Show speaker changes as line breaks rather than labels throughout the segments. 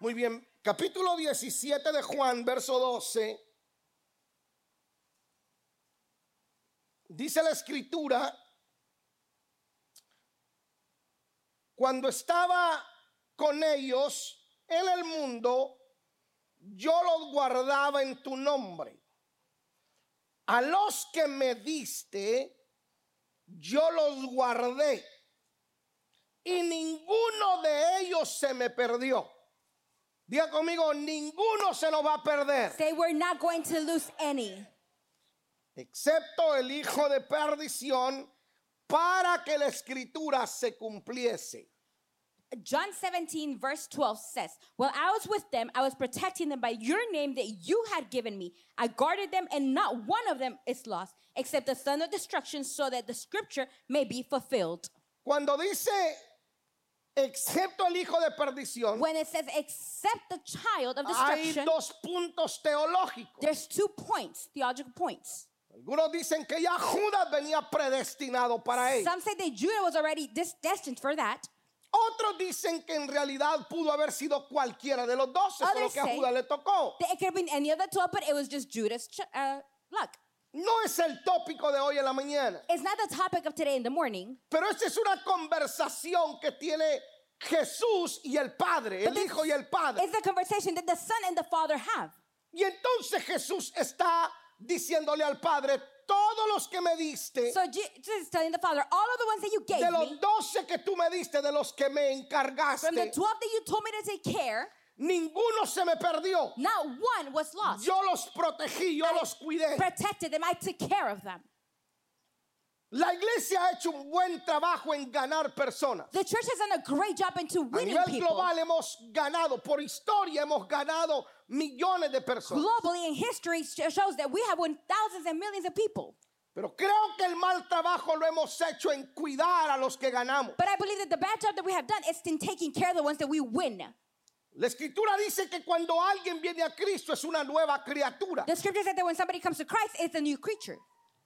Muy bien, capítulo 17 de Juan, verso 12. Dice la escritura, cuando estaba con ellos en el mundo, yo los guardaba en tu nombre. A los que me diste, yo los guardé. Y ninguno de ellos se me perdió. Diga conmigo, ninguno se nos va a perder.
Say we're not going to lose any,
Excepto el hijo de perdición para que la escritura se cumpliese.
John 17, verse 12 says, While I was with them, I was protecting them by your name that you had given me. I guarded them, and not one of them is lost, except the son of destruction, so that the scripture may be fulfilled.
Cuando dice, excepto el hijo de perdición,
When it says, Except the child of
hay
destruction,
dos puntos teológicos.
there's two points, theological points.
Algunos dicen que ya Judas venía predestinado para ello.
Some say that Judah was already dis- destined for that.
Otros dicen que en realidad pudo haber sido cualquiera de los doce, solo
Others
que a
say-
Judas le tocó.
That It could have been any of the 12, but it was just Judah's ch- uh, luck.
No es el tópico de hoy en la mañana,
It's not the topic of today in the morning.
pero esta es una conversación que tiene Jesús y el Padre, el
But
Hijo y el Padre.
It's the conversation that the son and the father have.
Y entonces Jesús está diciéndole al Padre, todos los que me diste,
So Jesus is telling the father, all of the ones that you gave
de
me,
los doce que tú me diste, de los que me
from the
encargaste,
12 that you told me to take care,
ninguno se me perdió.
not one was lost.
Yo los protegí, yo
I
los cuidé.
protected them. I took care of them.
La iglesia ha hecho un buen trabajo en ganar personas.
The church has done a great job into
A
winning
nivel
people.
global hemos ganado, por historia hemos ganado millones de personas.
Globally, in history sh- shows that we have won thousands and millions of people.
Pero creo que el mal trabajo lo hemos hecho en cuidar a los que ganamos.
But I believe that the bad job that we have done is in taking care of the ones that we win.
La escritura dice que cuando alguien viene a Cristo es una nueva criatura.
The scripture said that when somebody comes to Christ, it's a new creature.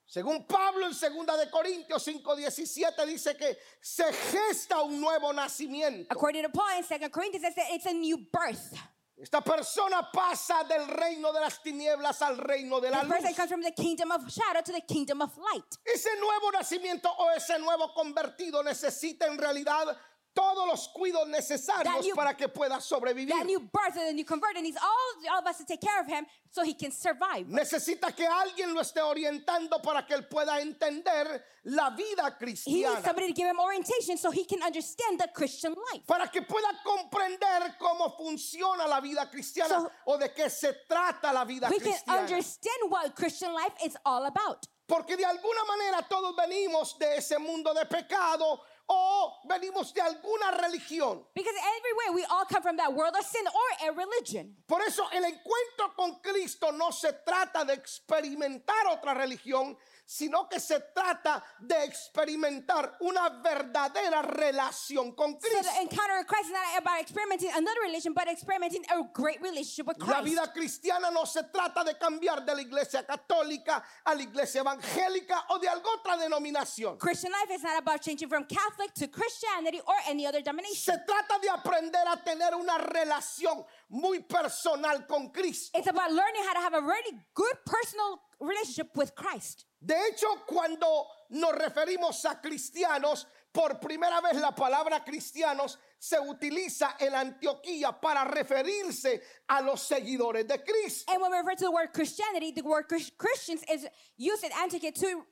Según Pablo en 2 de Corintios 5:17 dice que se gesta un nuevo nacimiento.
According to Paul in 2 Corinthians, it says it's a new birth.
Esta persona pasa del reino de las tinieblas al reino de la
The
luz.
person comes from the kingdom of shadow to the kingdom of light.
Ese nuevo nacimiento o ese nuevo convertido necesita en realidad todos los cuidos necesarios
That new-
para que pueda sobrevivir.
That new birth and the new convert, and needs all, all of us to take care of him so he can survive.
Necesita que alguien lo esté orientando para que él pueda entender la vida
He needs
cristiana.
somebody to give him orientation so he can understand the Christian life.
Para que pueda comprender cómo funciona la vida cristiana
So-
o de qué se trata la vida
We can
cristiana.
understand what Christian life is all about.
Porque de alguna manera todos venimos de ese mundo de pecado o venimos de alguna religión.
Because everywhere we all come from that world of sin or a religion.
Por eso el encuentro con Cristo no se trata de experimentar otra religión, sino que se trata de experimentar una verdadera relación con
So
Cristo.
the encounter with Christ is not about experimenting another religion, but experimenting a great relationship with
La
Christ.
vida cristiana no se trata de cambiar de la iglesia católica a la iglesia evangélica o de alguna otra denominación.
Christian life is not about changing from Catholic to Christianity or any other denomination.
Se trata de aprender a tener una relación muy personal con Cristo.
It's about learning how to have a really good personal relationship with Christ.
De hecho, cuando nos referimos a cristianos, por primera vez la palabra cristianos se utiliza en Antioquía para referirse a los seguidores de Cristo.
And when we refer to the word Christianity, the word Chris- Christians is used in Antioch to.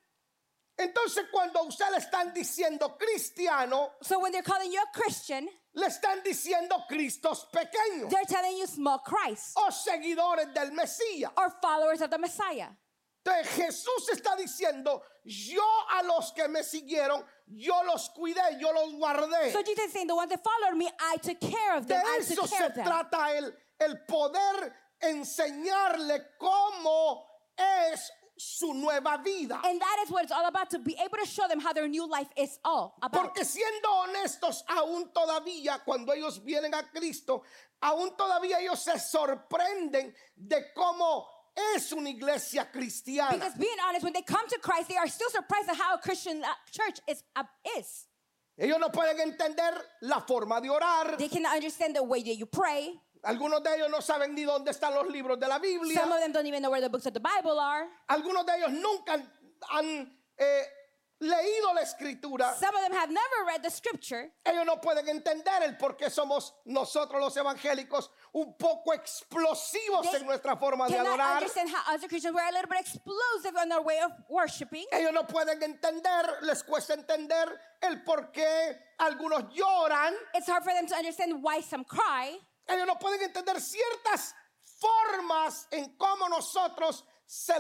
Entonces, cuando a usted le están diciendo cristiano,
So when they're calling you a Christian,
le están diciendo Cristos pequeños
they're telling you small Christ
o oh, seguidores del Mesías.
or followers of the Messiah.
Entonces Jesús está diciendo, yo a los que me siguieron, yo los cuidé, yo los guardé.
So Jesus is saying, the ones that followed me, I took care of
De
them. I
eso
took care
se
of them.
trata el, el poder enseñarle cómo es su nueva vida.
And that is what it's all about to be able to show them how their new life is all about.
Porque siendo honestos, aún todavía cuando ellos vienen a Cristo, aún todavía ellos se sorprenden de cómo es una iglesia cristiana.
Because being honest, when they come to Christ, they are still surprised at how a Christian uh, church is. Uh, is.
Ellos no pueden entender la forma de orar,
They cannot understand the way that you pray,
Algunos de ellos no saben ni dónde están los libros de la
Some of
Biblia.
them don't even know where the books of the Bible are.
Algunos de ellos nunca han, han, eh, leído la escritura.
Some of them have never read the scripture.
Ellos no pueden entender el por qué somos nosotros los evangélicos un poco explosivos
They
en nuestra forma de
Cannot
adorar.
understand how other Christians were a little bit explosive on their way of worshiping.
Ellos no pueden entender, les cuesta entender el por qué algunos lloran.
It's hard for them to understand why some cry.
Ellos no pueden entender ciertas formas en cómo nosotros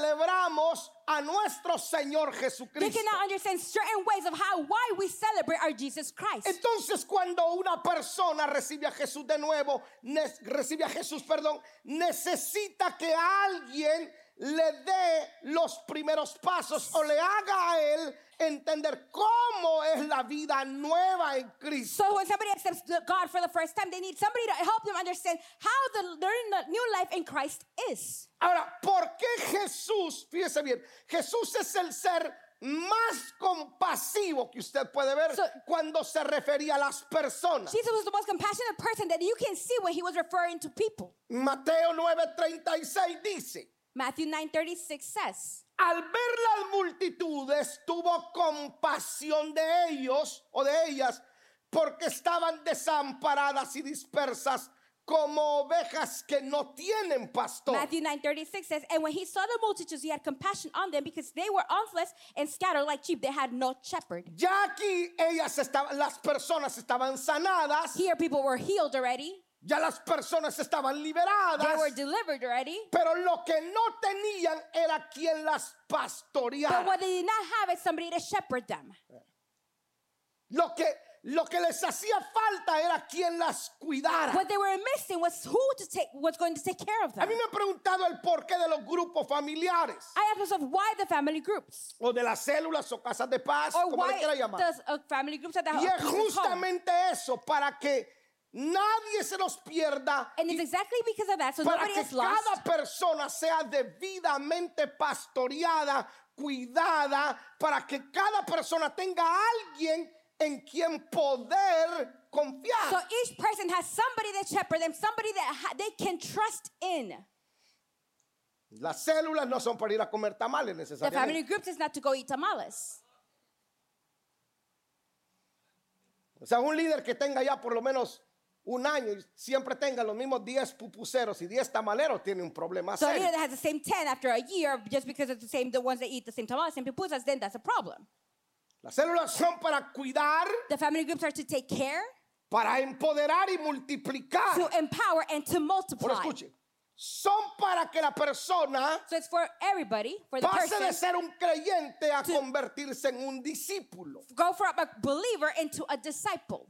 celebramos a nuestro Señor
They
Jesucristo.
cannot understand certain ways of how why we celebrate our Jesus Christ.
Entonces cuando una persona recibe a Jesús de nuevo, ne- recibe a Jesús, perdón, necesita que alguien le dé los primeros pasos o le haga a él entender cómo es la vida nueva en Cristo.
So when somebody accepts the- God for the first time, they need somebody to help them understand how the learn the new life in Christ is.
Ahora, ¿por qué Jesús, fíjese bien, Jesús es el ser más compasivo que usted puede ver
So-
cuando se refería a las personas?
Jesus was the most compassionate person that you can see when he was referring to people.
Mateo 9:36 dice,
Matthew 9:36 says,
Al ver las multitudes, tuvo compasión de ellos o de ellas, porque estaban desamparadas y dispersas como ovejas que no tienen pastor.
Matthew 9:36 says, and when he saw the multitudes, he had compassion on them because they were unfleshed and scattered like sheep. They had no shepherd.
Ya aquí ellas estaban, las personas estaban sanadas,
Here, people were healed already.
ya las personas estaban
They
liberadas,
were delivered already.
pero lo que no tenían era quien las
But
pastoreara.
what they did not have is somebody to shepherd them.
Lo que, lo que les hacía falta era quien las cuidara.
What they were missing was who to take was going to take care of
A
them.
mí me han preguntado el porqué de los grupos familiares
I asked myself why the family groups
o de las células o casas de paz,
or
como le
why
quiera llamar.
does uh, family groups at the
Y es
people's home.
justamente eso, para que nadie se nos pierda,
And it's exactly because of that, so
para
nobody
que
is lost.
cada persona sea debidamente pastoreada, cuidada, para que cada persona tenga alguien en quien poder confiar.
So each person has somebody that shepherd them, somebody that ha- they can trust in.
las células no son para ir a comer tamales
The family
necesariamente.
groups is not to go eat tamales.
O sea, un líder que tenga ya por lo menos un año y siempre tenga los mismos 10 pupuseros y 10 tamaleros tiene un problema
So a leader
serio.
that has the same 10 after a year, just because it's the same, the ones that eat the same tamales, same pupusas, then that's a problem.
Las células son para cuidar,
The family groups are to take care,
para empoderar y multiplicar.
to empower, and to
Ahora
multiply.
escuche, son para que la persona
So it's for everybody, for the
pase de
person,
ser un creyente a convertirse en un discípulo.
go from a believer into a disciple.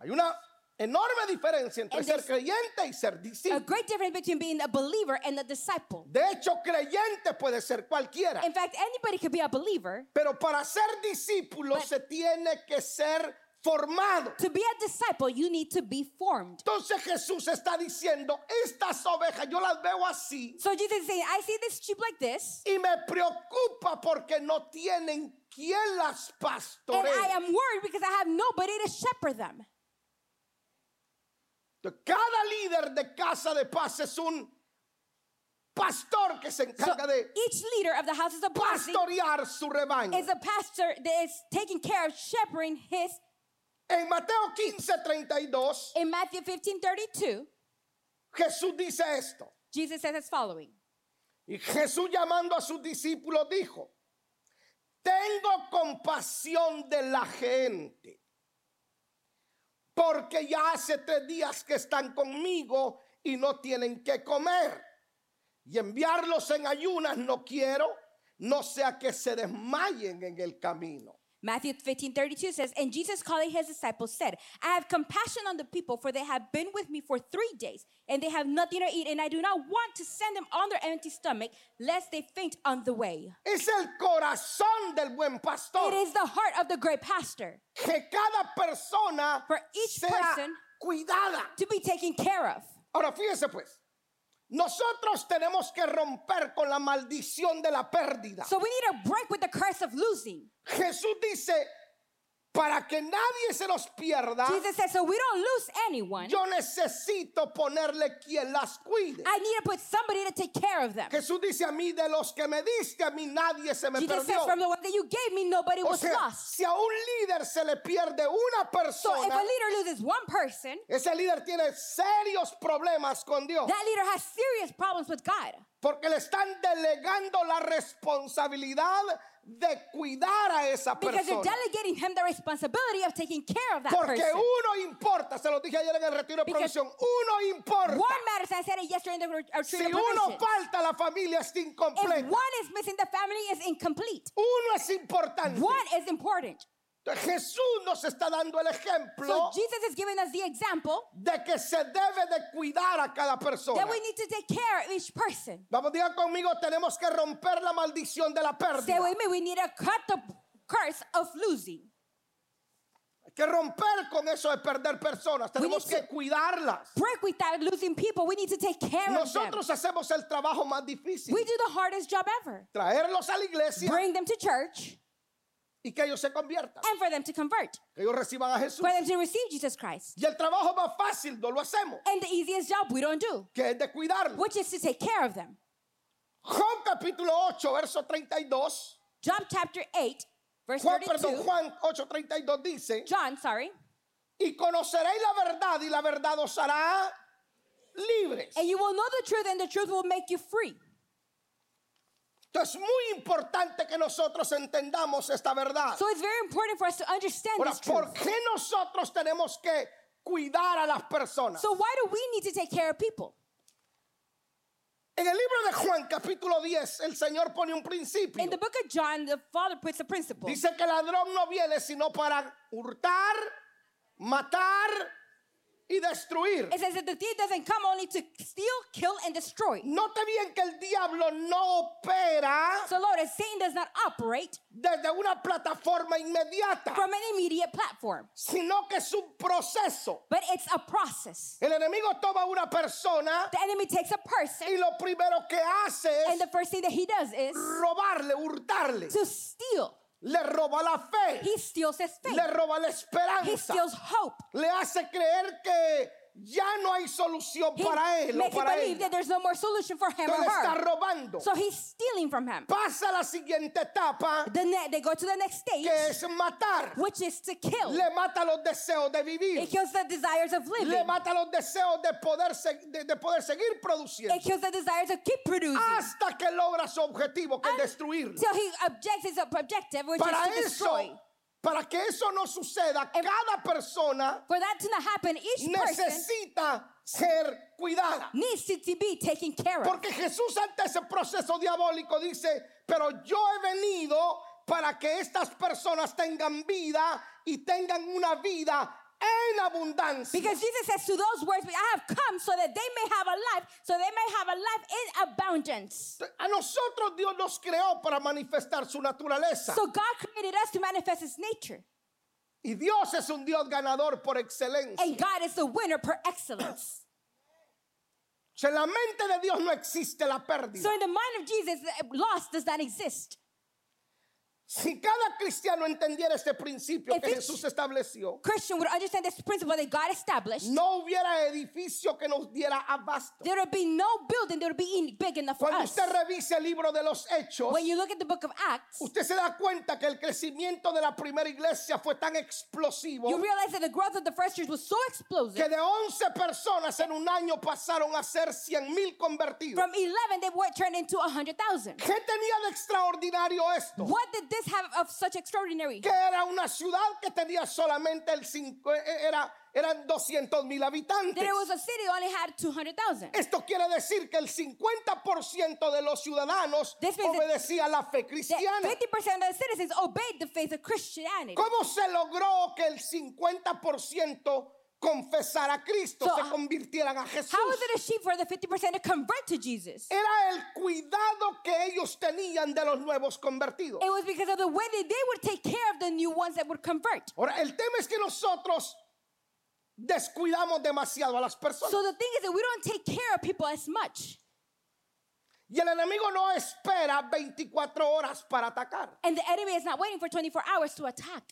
Hay una enorme diferencia entre
And
ser
there's-
creyente y ser
A
discípulo.
great difference between being a believer and a disciple.
De hecho, creyente puede ser cualquiera.
In fact, anybody could be a believer.
Pero para ser discípulo
But-
se tiene que ser formado.
To be a disciple, you need to be formed.
Entonces Jesús está diciendo, estas ovejas yo las veo así
So Jesus is saying, I see this sheep like this,
y me preocupa porque no tienen quien las
and I
pastoree.
am worried because I have nobody to shepherd them.
Entonces, Cada líder de casa de paz es un pastor que se
So
encarga de
each leader of the houses of blessing
pastorear su rebaño.
is a pastor that is taking care of shepherding his.
En Mateo 15, 32,
In Matthew 15 32,
Jesús dice esto.
Jesus says as following
Y Jesús llamando a sus discípulos dijo, tengo compasión de la gente, porque ya hace tres días que están conmigo y no tienen que comer. Y enviarlos en ayunas no quiero, no sea que se desmayen en el camino.
Matthew 15 32 says, And Jesus calling his disciples said, I have compassion on the people, for they have been with me for three days, and they have nothing to eat, and I do not want to send them on their empty stomach, lest they faint on the way.
Es el corazón del buen pastor.
It is the heart of the great pastor
que cada persona
For each
sea
person-
cuidada.
to be taken care of.
Ahora fíjese pues, nosotros tenemos que romper con la maldición de la pérdida.
So we need a break with the curse of losing.
Jesús dice, para que nadie se los pierda,
Jesus said, so we don't lose anyone.
yo necesito ponerle quien las cuide.
I need to put somebody to take care of them.
Jesús dice a mí, de los que me diste, a mí nadie se me
Jesus said,
perdió.
from the one that you gave me, nobody
O
was
sea,
lost.
si a un líder se le pierde una
So if a
persona,
leader loses one person,
ese líder tiene serios problemas con Dios
that leader has serious problems with God.
porque le están delegando la responsabilidad de cuidar a esa
Because you're
persona.
delegating him the responsibility of taking care of that
Porque
person.
uno importa, se lo dije ayer en el retiro de
Because
provisión, uno importa.
One matters, I said it yesterday in the re- our
Si
treatment
uno
provision.
falta, la familia está
If
incompleta.
one is missing, the family is incomplete.
Uno es importante.
One is important.
Jesús nos está dando el
So
ejemplo
Jesus is giving us the example
de que se debe de cuidar a cada persona.
that we need to take care of each person.
Vamos, diga conmigo, tenemos que romper la maldición de la
Say
pérdida.
with me, we need to cut the curse of losing.
Hay que romper con eso de perder personas. Tenemos
need
que
to-
cuidarlas.
Break with that losing people. We need to take care of them.
Nosotros hacemos el trabajo más difícil.
We do the hardest job ever.
Traerlos a la iglesia
Bring them to church
y que ellos se conviertan.
and for them to convert,
Que ellos reciban a Jesús.
for them to receive Jesus Christ.
Y el trabajo más fácil no lo hacemos,
And the easiest job we don't do,
que es de cuidarlos.
which is to take care of them.
Juan capítulo 8, verso 32.
Job chapter 8, verse
Juan, perdón,
32.
Juan 8, 32 dice,
John, sorry.
y conoceréis la verdad y la verdad os hará libres.
And you will know the truth, and the truth will make you free.
Entonces es muy importante que nosotros entendamos esta verdad.
So it's very important for us to understand
Ahora,
this
¿por
truth.
qué nosotros tenemos que cuidar a las personas?
So why do we need to take care of people?
en el libro de Juan, capítulo 10, el Señor pone un principio.
In the book of John, the Father puts a principle.
Dice que el ladrón no viene sino para hurtar, matar y destruir.
It says that the thief doesn't come only to steal, kill, and destroy.
Note bien que el diablo no opera
So, Lord, as Satan does not operate
desde una plataforma inmediata,
from an immediate platform,
sino que es un proceso.
but it's a process.
El enemigo toma a una persona
The enemy takes a
y
person,
lo primero que hace
and
es
the first thing that he does is
robarle, hurtarle.
to steal.
Le roba la fe.
He steals his faith,
le roba la
he
esperanza,
steals hope.
le hace creer que ya no hay solución
He
para él o
makes you
para
believe
ella.
that there's no more solution for him
Entonces
or
le está
her.
robando.
So he's stealing from him.
Pasa a la siguiente etapa
The ne- they go to the next stage,
que es matar.
which is to kill.
Le mata los deseos de
It
vivir.
kills the desires of living.
Le mata los deseos de poder, se- de, de poder seguir
It
produciendo
kills the desire to keep producing.
hasta que logra su objetivo que es destruir.
Until he objects his objective, which
Para
is to destroy.
eso, para que eso no suceda,
And-
cada persona
For that to not happen, each person
necesita ser cuidada.
needs to to be taken care of.
Porque Jesús ante ese proceso diabólico dice, pero yo he venido para que estas personas tengan vida y tengan una vida en abundancia.
Because Jesus says to those words, I have come so that they may have a life, so they may have a life in abundance.
A nosotros Dios nos creó para manifestar su naturaleza.
So God created us to manifest his nature.
Y Dios es un Dios ganador por excelencia.
And God is the winner per excellence.
O sea, en la mente de Dios no existe la
So
pérdida.
in the mind of Jesus, loss does not exist.
Si cada cristiano entendiera este principio
If
que
each-
Jesús estableció,
Christian would understand this principle that God established.
no hubiera edificio que nos diera abasto.
There would be no building that would be in- big enough for
Cuando
us.
usted revise el libro de los Hechos,
When you look at the book of Acts,
Usted se da cuenta que el crecimiento de la primera iglesia fue tan explosivo
you realize that the growth of the first church was so explosive.
que de 11 personas en un año pasaron a ser 100 mil convertidos.
From 11, they were turned into 100,000.
¿Qué tenía de extraordinario esto?
What did this have of such extraordinary?
Que era una ciudad que tenía solamente el 5, era, eran 200 mil
That
habitantes.
it was a city that only had 200,000.
Esto quiere decir que el 50% de los ciudadanos
This means that-
obedecía a la fe
That 50%
cristiana.
of the citizens obeyed the faith of Christianity.
¿Cómo se logró que el 50% confesara a Cristo,
So,
se convirtieran a Jesús?
How was it achieved for the 50% to convert to Jesus? It
era el cuidado que ellos tenían de los nuevos convertidos.
was because of the way that they would take care of the new ones that would convert.
Ahora, el tema es que nosotros descuidamos demasiado a las personas.
So the thing is that we don't take care of people as much.
Y el enemigo no espera 24 horas para atacar.
And the enemy is not waiting for 24 hours to attack.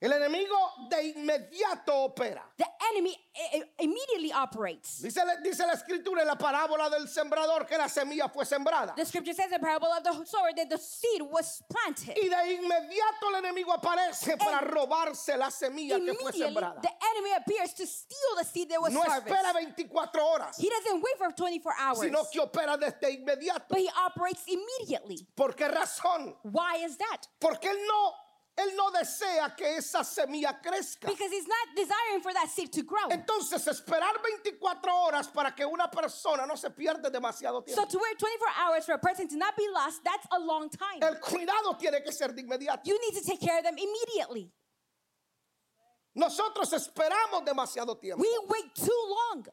El enemigo de inmediato opera.
The enemy i- i- immediately operates.
Dice, la- dice la escritura en la parábola del sembrador que la semilla fue sembrada.
The scripture says the parable of the sower that the seed was planted.
Y de inmediato el enemigo aparece para robarse la semilla que fue
Immediately, the
sembrada.
enemy appears to steal the seed that was
No espera
harvested.
24 horas,
He doesn't wait for 24 hours,
sino que opera desde inmediato.
but he operates immediately.
¿Por qué razón?
Why is that?
Porque él no, él no desea que esa semilla crezca.
Because he's not desiring for that seed to grow.
Entonces, esperar 24 horas para que una persona no se pierda demasiado
So
tiempo.
to wait 24 hours for a person to not be lost, that's a long time.
El cuidado tiene que ser de inmediato.
You need to take care of them immediately.
Nosotros esperamos demasiado tiempo.
We wait too long.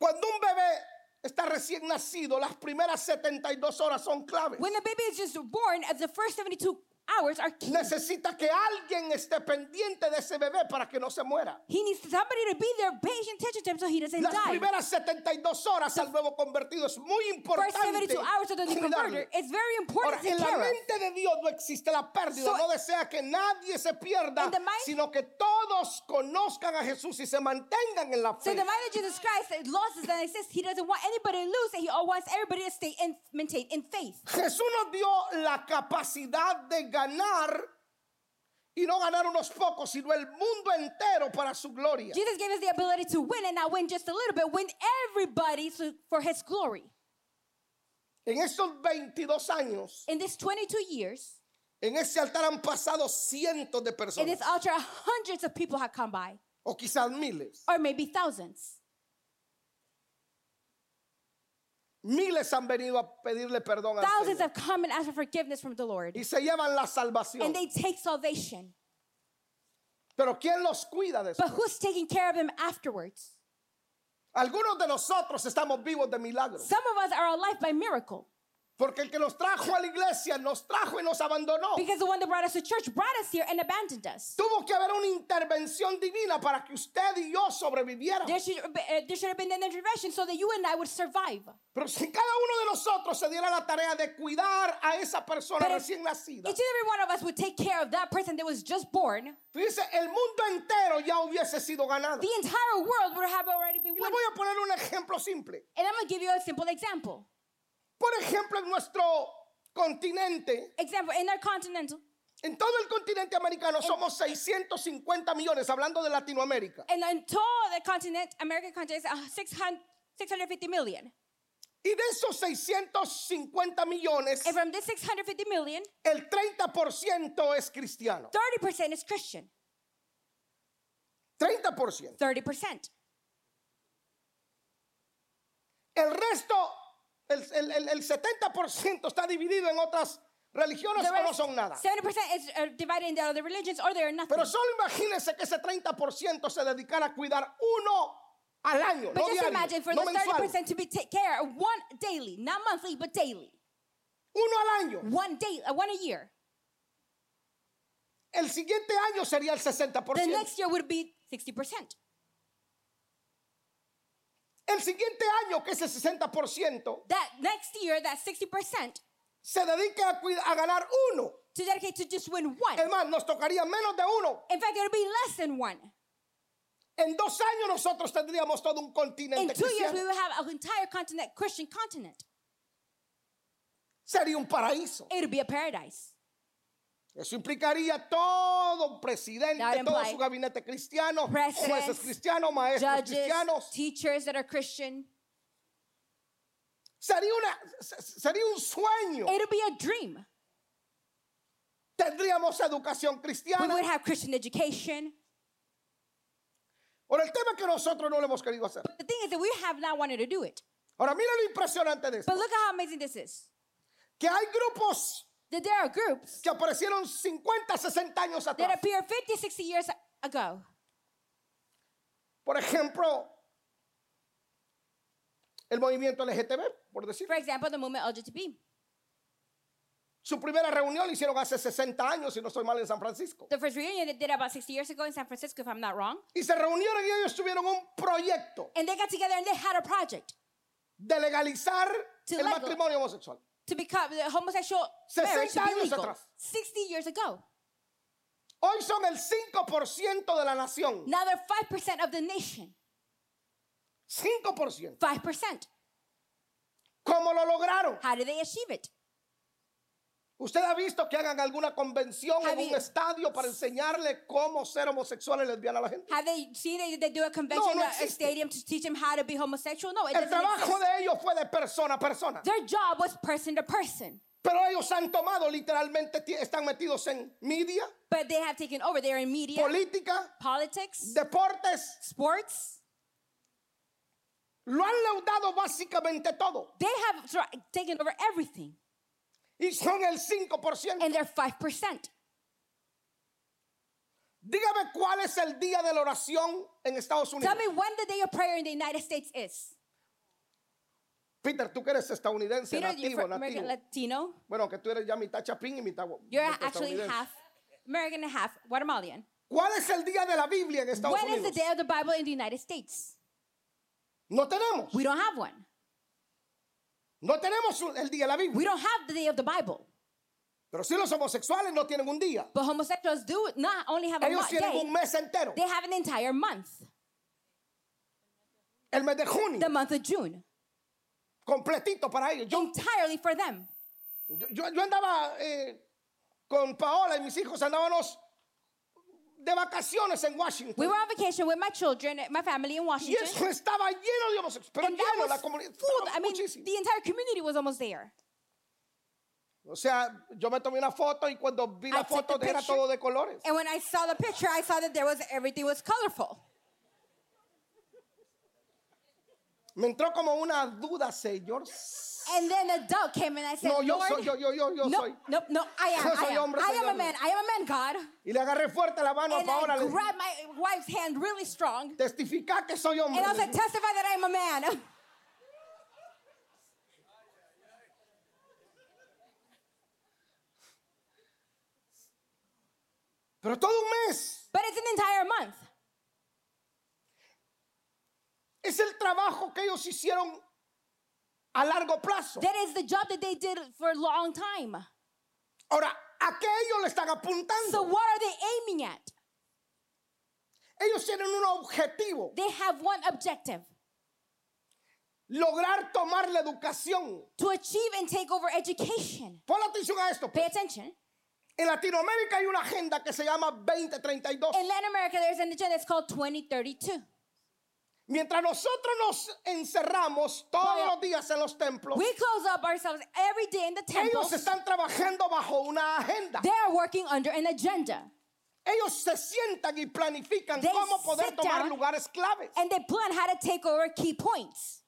Cuando un bebé está recién nacido, las primeras 72 horas son claves.
When the baby is just born, uh, the first 72 hours are key.
Necesita que alguien esté pendiente de ese bebé para que no se muera.
He needs somebody to be there, patient, attention to him so he doesn't
Las
die.
primeras 72 horas al nuevo convertido es muy
First
importante.
72 hours of the new converter
cuidarle.
is very
Ahora,
important to
en la
care of.
mente de Dios no existe la pérdida,
So-
no desea que nadie se pierda,
In the mind-
sino que todos conozcan a Jesús y se mantengan en la
So
fe.
the mind of Jesus Christ that lost does not exist. He doesn't want anybody to lose, and he all wants everybody to stay and maintain in faith.
Jesús nos dio la capacidad de ganar y no ganar unos pocos, sino el mundo entero para su gloria.
Jesus gave us the ability to win and not win just a little bit, win everybody to, for his glory.
En estos 22 años,
In this 22 years,
en ese altar han pasado cientos de
in this
personas,
altar, hundreds of people have come by,
o quizás miles.
or maybe thousands.
Miles han venido a pedirle perdón al
Thousands
Señor
have come and asked for forgiveness from the Lord,
y se llevan la salvación.
and they take salvation.
Pero ¿quién los cuida de eso?
But who's taking care of them afterwards?
Algunos de nosotros estamos vivos de milagro.
Some of us are alive by miracle
Porque el que nos trajo a la iglesia nos trajo y nos abandonó.
because the one that brought us to church brought us here and abandoned us.
Tuvo que haber una intervención divina para que usted y yo sobrevivieran.
There should, be- uh, there should have been an intervention so that you and I would survive.
Pero si cada uno de nosotros se diera la tarea de cuidar a esa persona
Pero-
recién nacida,
Each and every one of us would take care of that person that was just born.
dice, el mundo entero ya hubiese sido ganado.
The entire world would have already been
Y Le
won.
voy a poner un ejemplo simple.
And I'm going to give you a simple example.
Por ejemplo, en nuestro continente,
Example, in our continent,
en todo el continente americano, somos 650 millones, hablando de Latinoamérica.
and in total the continent, American continent is uh, 600, 650 million.
Y de esos 650 millones,
And from this 650 million,
el 30% es cristiano.
30% is Christian.
30%.
30%.
El resto, el, el- el- el 70% está dividido en otras religiones
The
o no
rest,
son nada.
70% is uh, divided into other religions or they are nothing.
Pero solo imagínense que ese 30% se dedicara a cuidar uno al año,
But
no
just
diario,
imagine for
no
the
mensual,
30% to be take care of one daily, not monthly, but daily.
uno al año.
One day, uh, one a year.
El siguiente año sería el 60%.
The next year would be 60%.
El siguiente año, que es el 60%,
That next year, that 60%
se dedica a, cuida- a ganar uno.
to dedicate to just win one.
Es más, nos tocaría menos de uno.
In fact, it would be less than one.
En dos años nosotros tendríamos todo un
In
continente
two years, we
cristiano.
will have an entire continent, Christian continent.
Sería un paraíso.
It would be a paradise.
Eso implicaría todo un presidente,
That
todo
imply-
su gabinete cristiano,
Presidents,
jueces cristianos, maestros
Judges,
cristianos.
teachers that are Christian.
Sería, una, se- sería un sueño.
It would be a dream.
Tendríamos educación
We
cristiana.
would have Christian education.
Ahora, el tema es que nosotros no lo hemos querido hacer.
The thing is that we have not wanted to do it.
Ahora, mira lo impresionante de esto.
But look at how amazing this is.
Que hay grupos
That there are groups
que aparecieron 50, 60 años
that
atrás.
appeared 50, 60 years ago.
Por ejemplo, el movimiento LGTB, por decir.
For example, the movement LGBT.
Su primera reunión la hicieron hace 60 años, si no estoy mal, en San Francisco.
The first reunion they did about 60 years ago in San Francisco, if I'm not wrong.
Y se reunieron y ellos tuvieron un proyecto
And they got together and they had a project
de legalizar
To
el
legal-
matrimonio homosexual.
to become the homosexual marriage to
60
be
años
legal.
atrás.
60 years ago.
Hoy son el 5% de la nación.
Now they're 5% of the nation.
5%.
5%.
¿Cómo lo lograron?
How do they achieve it?
¿Usted ha visto que hagan alguna convención en
Have
un
you-
estadio para enseñarle cómo ser homosexual y lesbiana a la gente?
Have they seen they, they do a convention
no
at a
existe.
stadium to teach them how to be homosexual? No, it
El
doesn't
trabajo
exist.
de ellos fue de persona a persona.
Their job was person to person.
Pero ellos han tomado literalmente, ti- están metidos en media,
But they have taken over. They're in media,
política,
politics,
deportes.
sports.
Lo han leudado básicamente todo.
They have thr- taken over everything.
Y son el 5%.
And they're 5%.
Dígame cuál es el día de la oración en Estados
Tell
Unidos.
me when the day of prayer in the United States is.
Peter, tú que eres estadounidense,
Peter, you're
nativo,
fr- American
nativo.
Latino.
Bueno, que tú eres ya mitad chapín y mitad gu-
You're
mitad
actually
estadounidense.
half American and half Guatemalan.
¿Cuál es el día de la Biblia en Estados
When is the
Unidos?
day of the Bible in the United States?
No tenemos.
We don't have one.
No tenemos un- el día de la
We
Biblia.
don't have the day of the Bible.
Pero sí los homosexuales no tienen un día.
But homosexuals do not only have a
Ellos
month
tienen un
day,
mes entero.
they have an entire month,
El mes de
the
junio.
month of June,
Completito para ellos. Yo,
entirely for them.
yo- yo- yo andaba eh, con Paola y mis hijos andábamos de vacaciones en Washington.
We were on vacation with my children, my family in
Y
Washington,
eso estaba lleno de homosexuales. Pero
and that
lleno la
was
comunidad.
full.
estaba
I mean,
muchísimo.
the entire community was almost there.
O sea, yo me tomé una foto y cuando vi
I
la
took the
foto era
picture.
todo de colores.
And when I saw the picture, I saw that there was everything was colorful.
Me entró como una duda, señor.
And then a dove came and I said,
No, yo
Lord,
soy, yo, yo, yo, yo
no,
soy.
no, no, I am,
Yo
I
soy
am,
hombre,
I
soy
am a
hombre.
man, I am a man, God.
Y le agarré fuerte la mano a
And I
Paola. Le dije,
grabbed my wife's hand really strong.
testifica que soy hombre.
And I was
Le
like,
dije.
testify that I am a man.
Pero todo un mes.
But it's an entire month.
Es el trabajo que ellos hicieron a largo plazo.
That is the job that they did for a long time.
Ahora, ¿a qué ellos le están
So
apuntando?
what are they aiming at?
Ellos tienen un objetivo.
They have one objective
Lograr tomar la educación.
to achieve and take over education.
Pon atención a esto. pues.
Pay attention.
En Latinoamérica hay una agenda que se llama 2032.
In Latin America, there's an agenda that's called 2032.
Mientras nosotros nos encerramos todos
Vaya.
los días en los templos,
We close up ourselves every day in the temple.
ellos están trabajando bajo una agenda.
They are working under an agenda.
Ellos se sientan y planifican
They
cómo poder
sit
tomar
down
lugares claves.
And they plan how to take over key points.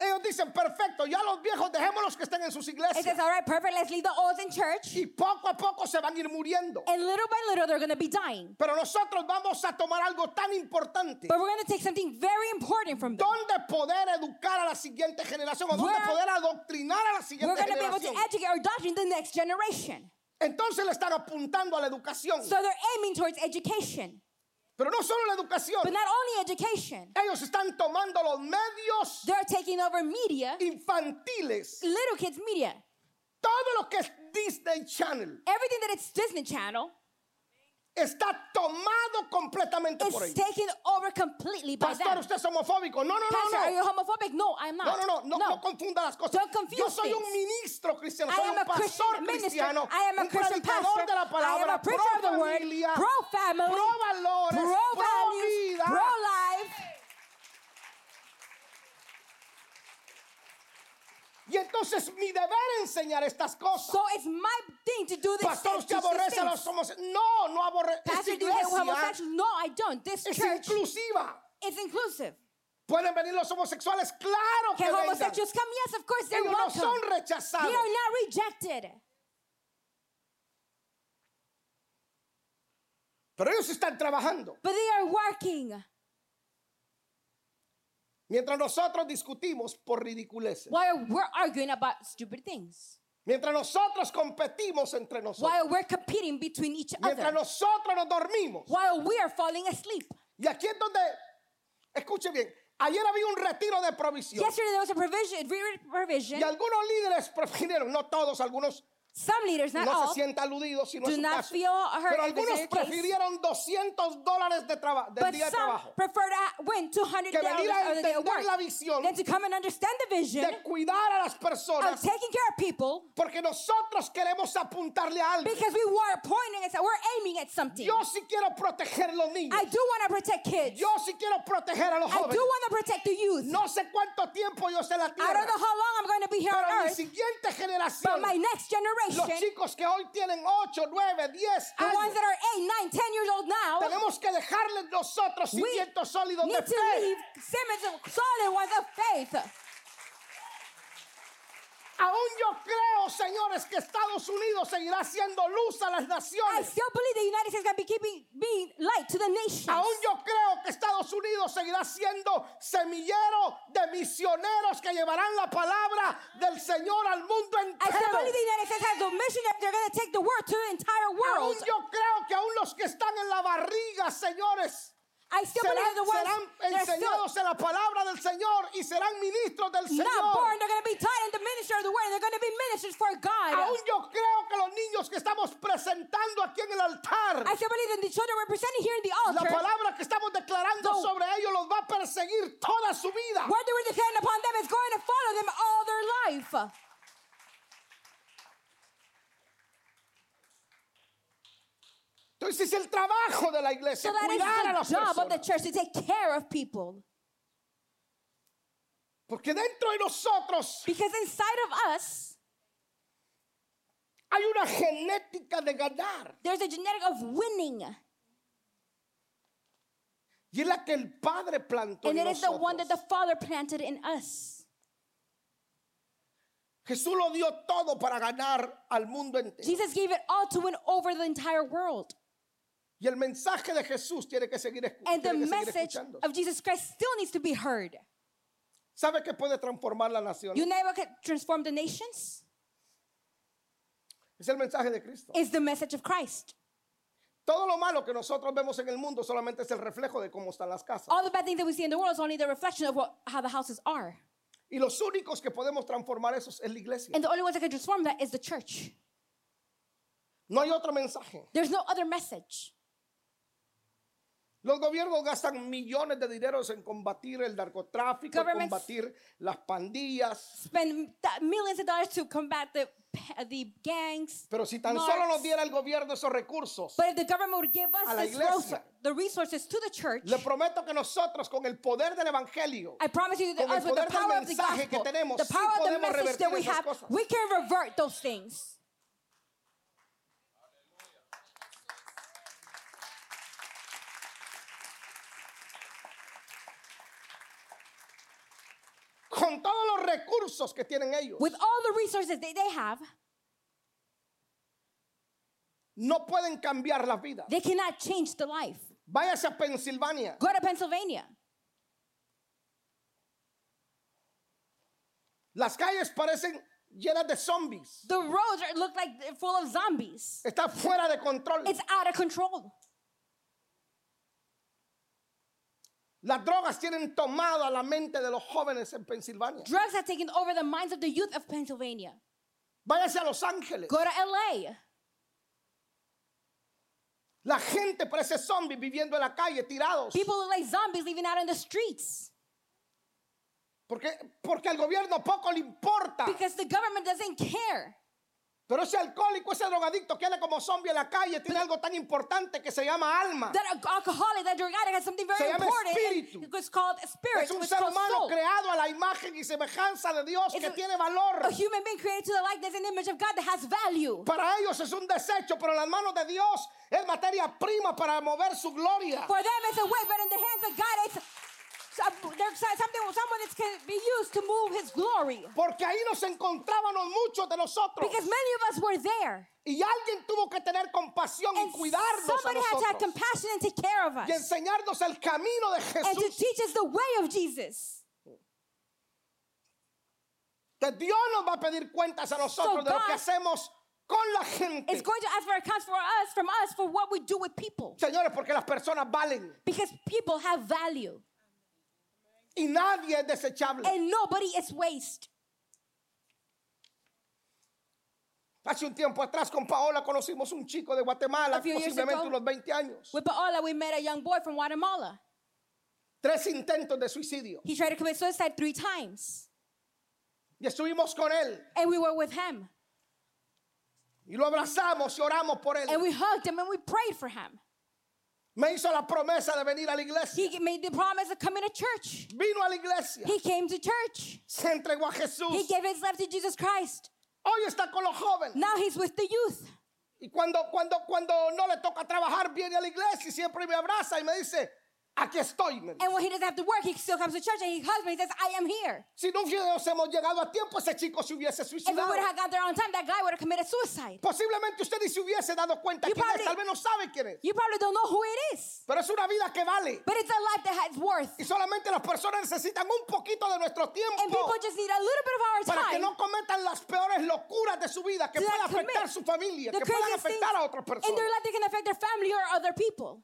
Ellos dicen, perfecto, ya los viejos dejémoslos que estén en sus
It says,
iglesias.
all right, perfect, let's leave the olds in church.
Y poco a poco se van a ir muriendo.
And little by little, they're going to be dying.
Pero nosotros vamos a tomar algo tan importante.
But we're going to take something very important from them.
¿Dónde poder educar a la siguiente generación? ¿O dónde
We're-
poder adoctrinar a la
We're
siguiente
going to be able to
generación?
educate or doctrine the next generation.
Entonces le están apuntando a la educación.
So they're aiming towards education.
Pero no solo la educación.
But not only education,
Ellos están tomando los medios
they're taking over media,
infantiles.
little kids' media.
Todo lo que es Disney Channel
Everything that it's Disney Channel
está tomado completamente por ellos.
is taken over completely by
Pastor,
them.
usted es homofóbico. No, no,
Pastor,
no,
are you
no.
homophobic? No, I'm
No,
not.
no, no, no, no confunda las cosas.
Don't confuse
Yo soy un
things.
ministro cristiano,
I
soy
am
un
a
pastor
Christian minister.
cristiano,
I am a
un
Christian
predicador
pastor.
de la
I am a
palabra, pro
preacher of the word,
familia,
pro family,
pro valores,
pro values,
vida.
pro life.
Y entonces mi deber es enseñar estas cosas.
So it's my thing to do this.
Pastor,
to
usted
teach these
aborrece a
things.
los homosexuales. No, no aborrece. Esta
Pastor, do you hate
iglesia
homosexuals? No, I don't. This
es
church
inclusiva.
is inclusive.
¿Pueden venir los homosexuales? Claro que
Can
vengan.
homosexuals come? Yes, of course, they're
Ellos no son
welcome. They
rechazados.
are not rejected.
Pero ellos están trabajando.
But they are working.
Mientras nosotros discutimos por ridiculeces.
While we're arguing about stupid things.
Mientras nosotros competimos entre nosotros.
While we're competing between each
Mientras
other.
nosotros nos dormimos.
While we are falling asleep.
Y aquí es donde, escuche bien, ayer había un retiro de provisión.
Yesterday there was a provision, re- re- provision.
Y algunos líderes prefirieron, no todos, algunos
Some leaders, not
No se
all,
sienta aludido si no es
do
su
not
caso.
feel hurt
Pero
if it's
algunos
their case.
prefirieron 200 dólares de traba- del
but
día de
some
trabajo.
prefer to win $200
Que venir a
of the day of
entender la
work
visión,
than to come and understand the vision
de cuidar a las
of
personas,
taking care of people
porque nosotros queremos apuntarle a algo.
because we were pointing at we're aiming at something.
Yo sí quiero proteger los niños.
I do want to protect kids.
Yo sí quiero proteger a los
I do
jóvenes.
want to protect the youth.
No sé cuánto tiempo yo sé la
I don't
tierra,
know how long I'm going to be here
pero
on
mi
earth,
siguiente
but
generación,
my next
los
generation,
chicos que hoy tienen 8, 9, 10
the ones
años,
that are 8, 9, 10 years old now,
tenemos que dejarles nosotros
We
cimientos sólidos de
need to
fe.
leave Simmons solid ones of faith.
Aún yo creo, señores, que Estados Unidos seguirá siendo luz a las
I
naciones.
still believe the United States is going to be keeping being light to the nations.
Aún yo creo que Estados Unidos seguirá siendo semillero de misioneros que llevarán la palabra del Señor al mundo
I still
entero.
believe the United States has the mission that they're going to take the word to the entire
Aún
world.
yo creo que aún los que están en la barriga, señores,
I still believe
serán,
that the ones
serán
that are still
enseñados en la palabra del Señor y serán ministros del
not born,
Señor.
they're going to be taught in the ministry of the word. They're going to be ministers for God.
Aún yo creo que los niños que estamos presentando aquí en el altar,
I still believe that the children we're presenting here in the
la
altar,
palabra que estamos declarando
No.
sobre ellos los va a perseguir toda su vida.
word that we're declaring upon them is going to follow them all their life.
Entonces es el trabajo de la
So
iglesia,
that is
cuidar a las
the job of the
personas.
church to take care of people.
Porque dentro de nosotros
Because inside of us,
hay una genética de ganar.
there's a genetic of winning.
Y es la que el Padre plantó
And
en
it is the one that
nosotros.
the Father planted in us.
Jesús lo dio todo para ganar al mundo entero.
Jesus gave it all to win over the entire world.
Y el mensaje de Jesús tiene que seguir, escu-
And the
tiene que seguir
message
escuchando.
of Jesus Christ still needs to be heard.
¿Sabe que puede transformar la nación?
You never can transform the nations,
Es el mensaje de Cristo.
is the message of Christ.
Todo lo malo que nosotros vemos en el mundo solamente es el reflejo de cómo están las casas.
All the bad things that we see in the world is only the reflection of what, how the houses are.
Y los únicos que podemos transformar eso es la iglesia.
And the only ones that can transform that is the church.
No hay otro mensaje.
There's no other message.
Los gobiernos gastan millones de dineros en combatir el narcotráfico, en
Governments-
combatir las pandillas.
Spend th- millions of dollars to combat the, pa- the gangs.
Pero si tan solo nos
narcs.
diera el gobierno esos recursos,
But if the government would give
A
us
la
this
iglesia.
resou- the resources to the church,
le prometo que nosotros con el poder del evangelio
I promise you that
Con el
us with the
poder del
power of the
mensaje que
gospel,
tenemos,
the
sí
power of the
podemos
message that
revertir
we
esas
have,
cosas.
we can revert those things.
con todos los recursos que tienen ellos,
With all the resources that they have,
no pueden cambiar las vidas.
they cannot change the life.
Váyase a Pensilvania.
Go to Pennsylvania.
Las calles parecen llenas de zombies.
The roads are, look like they're full of zombies.
Está fuera de control.
It's out of control.
Las drogas tienen tomada la mente de los jóvenes en Pensilvania.
Drugs have taken over the minds of the youth of Pennsylvania.
Váyase a Los Ángeles.
Go to LA.
La gente parece zombies viviendo en la calle, tirados.
People look like zombies living out in the streets
Porque, porque al gobierno poco le importa.
because the government doesn't care.
Pero ese alcohólico, ese drogadicto que anda como zombie en la calle, tiene algo tan importante que se llama alma.
That al- alcoholic, that drug addict has something
Se
very
llama
important.
espíritu.
and It's called spirit.
Es un
it's
ser
called
humano
soul.
creado a la imagen y semejanza de Dios
Es
que
un-
tiene valor.
A human being created to the likeness and image of God that has value.
Para ellos es un desecho, pero en las manos de Dios es materia prima para mover su gloria.
For them, it's a way, but in the hands of God, it's some- there's something, someone that can be used to move His glory.
Porque ahí nos encontrábamos muchos de nosotros.
Because many of us were there,
Y alguien tuvo que tener compasión y
and
cuidarnos a
somebody had to have
nosotros.
compassion and take care of
Y
us,
enseñarnos el camino de
and to
Jesús.
teach us the way of Jesus.
Que Dios nos va a pedir cuentas a nosotros de lo que
God
hacemos con la
It's
gente.
going to ask for accounts for us, from us, for what we do with people,
Señores, porque las personas valen.
because people have value,
Y nadie es desechable.
and nobody is waste.
Hace un tiempo atrás con Paola conocimos un chico de Guatemala,
A few years
posiblemente
ago.
unos 20 años.
With Paola, we met a young boy from Guatemala.
Tres intentos de suicidio.
He tried to commit suicide three times,
Y estuvimos con él.
and we were with him,
Y lo abrazamos y oramos por él.
and we hugged him, and we prayed for him.
Me hizo la promesa de venir a la iglesia.
He made the promise of coming to church.
Vino a la iglesia.
He came to church.
Se entregó a
He
Jesús.
gave his life to Jesus Christ.
Hoy está con los jóvenes.
Now he's with the youth.
Y cuando, cuando, cuando no le toca trabajar, viene a la iglesia y siempre me abraza y me dice, aquí estoy. me dice.
And when he doesn't have to work, he still comes to church and he hugs me. He says, I am here.
Si no hubiésemos llegado a tiempo, ese chico se hubiese
If we
suicidado.
would have got there on time, that guy would have committed suicide.
Posiblemente usted ni se hubiese dado cuenta
You
quién es,
probably-
tal vez no sabe quién es.
You probably don't know who it is,
Pero es una vida que vale.
but it's a life that has worth.
Y solamente las personas necesitan un poquito de nuestro
And
tiempo
people just need a little bit of our
para que
time.
no cometan las peores locuras de su vida, que
to
puedan
commit
afectar su familia,
the
que puedan
craziest things
afectar a otras
In their
personas.
life, they can affect their family or other people.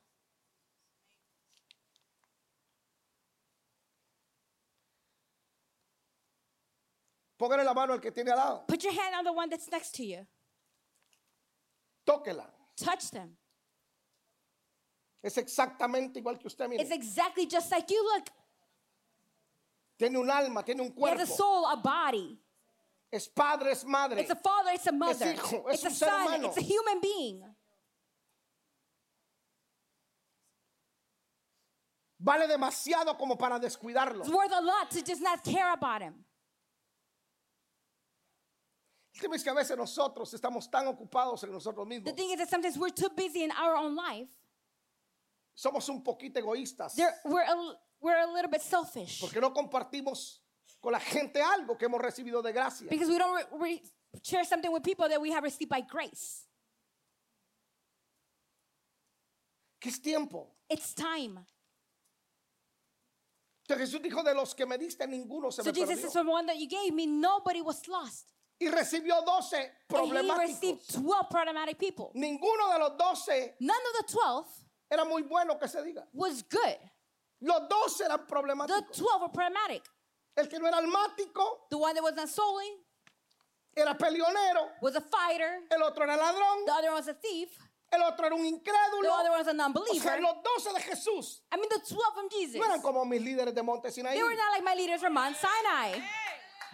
Póngale la mano al que tiene al lado.
Put your hand on the one that's next to you.
Tóquela.
Touch them.
Es exactamente igual que usted, mire.
It's exactly just like you. Look,
Tiene un alma, tiene un
he has
cuerpo.
a soul, a body.
Es padre, es madre.
It's a father, it's a mother.
hijo, es
It's a
un ser
son,
humano.
it's a human being.
Vale demasiado como para descuidarlo.
It's worth a lot to just not care about him.
El tema es que a veces nosotros estamos tan ocupados en nosotros
The
mismos.
thing is that sometimes we're too busy in our own life.
Somos un poquito egoístas
There, we're, a, we're a little bit selfish
porque no compartimos con la gente algo que hemos recibido de gracia.
because we don't re- re- share something with people that we have received by grace.
Que es tiempo.
It's time.
Entonces Jesús dijo, de los que me diste, ninguno se me
So Jesus
perdió.
says, from one that you gave me, nobody was lost.
Y recibió 12
And he received
problemáticos.
12 problematic people.
Ninguno de los 12
None of the 12
era muy bueno que se diga.
was good.
Los 12 eran
The
problemáticos.
12 were problematic.
El que no era almático
The one that was not solely
era peleonero.
was a fighter.
El otro era ladrón.
The other one was a thief.
El otro era un
The
incrédulo.
other one was a
O sea,
non-believer.
los 12 de Jesús
I mean, the 12 from Jesus.
no eran como mis líderes de Monte Sinaí.
They were not like my leaders from Mount Sinai.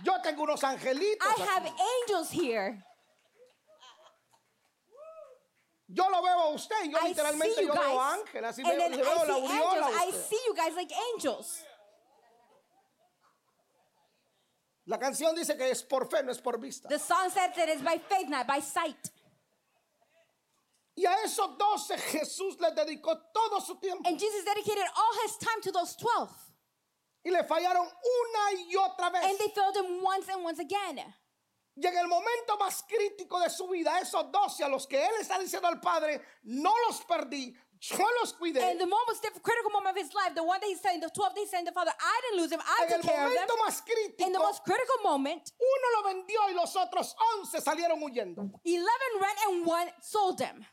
Yo tengo unos angelitos.
I have
aquí.
angels here.
Yo lo veo a usted. y Yo
I see
literalmente
you
yo veo
guys.
ángel. Así
And
veo,
then
le veo la
I see angels.
aureola a
I
usted.
see you guys like angels.
La canción dice que es por fe, no es por vista.
The song says that it's by faith, not by sight.
Y a esos 12 Jesús les dedicó todo su tiempo.
And Jesus dedicated all his time to those 12.
Y le fallaron una y otra vez.
And they failed him once and once again.
Y en el momento más crítico de su vida, esos 12 a los que él está diciendo al Padre, no los perdí, yo los cuidé.
And the most diff- critical moment of his life, the one that he's telling the 12 that he's telling the Father, I didn't lose him, I
En el
took care of them.
momento más
In the
crítico,
most critical moment,
uno lo vendió y los otros 11 salieron huyendo.
11 ran and one sold him.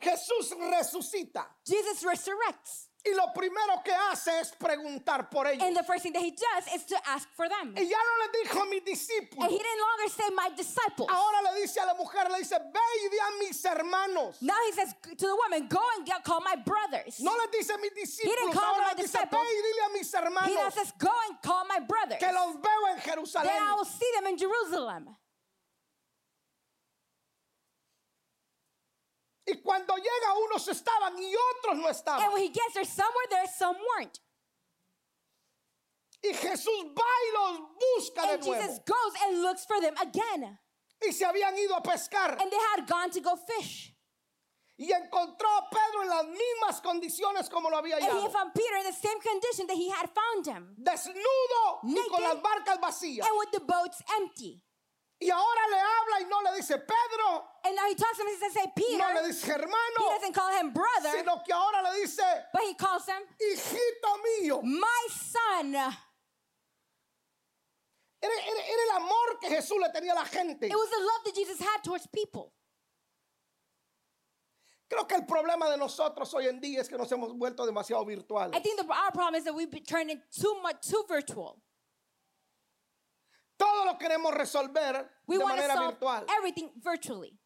Jesús resucita
Jesus resurrects.
y lo primero que hace es preguntar por ellos.
And the first thing that he does is to ask for them.
Y ya no le dijo a mis
And he
discípulos.
didn't longer say, My disciples.
Ahora le dice a la mujer, le dice, ve y di a mis hermanos.
Now he says to the woman, Go and get, call my brothers.
No le dice a mis discípulos,
call
ahora
my
le dice, ve
disciples.
y dile a mis
He now
hermanos
says, Go and call my brothers.
que
Then
los veo en Jerusalén.
I will see them in Jerusalem.
Y cuando llega unos estaban y otros no
And
estaban.
when he gets there, some were there, some weren't.
Y Jesús va y los busca de
And Jesus
nuevo.
goes and looks for them again.
Y se habían ido a pescar.
And they had gone to go fish.
Y encontró a Pedro en las mismas condiciones como lo había
And he
hallado.
found Peter in the same condition that he had found him.
Desnudo y
Naked.
con las barcas vacías.
And with the boats empty.
Y ahora le habla y no le dice Pedro,
And now he talks to him and he says, Hey, Peter.
no le dice
He
hermano,
doesn't call him brother,
sino que ahora le dice
but he calls him
hijito mío.
my son.
Era, era- era el amor que Jesús le tenía a la gente.
It was the love that Jesus had towards people.
Creo que el problema de nosotros hoy en día es que nos hemos vuelto demasiado virtuales.
I think the, our problem is that we've been turned in too much, too virtual.
Todo lo queremos resolver
We
de
want to
manera
solve
virtual.
everything virtually.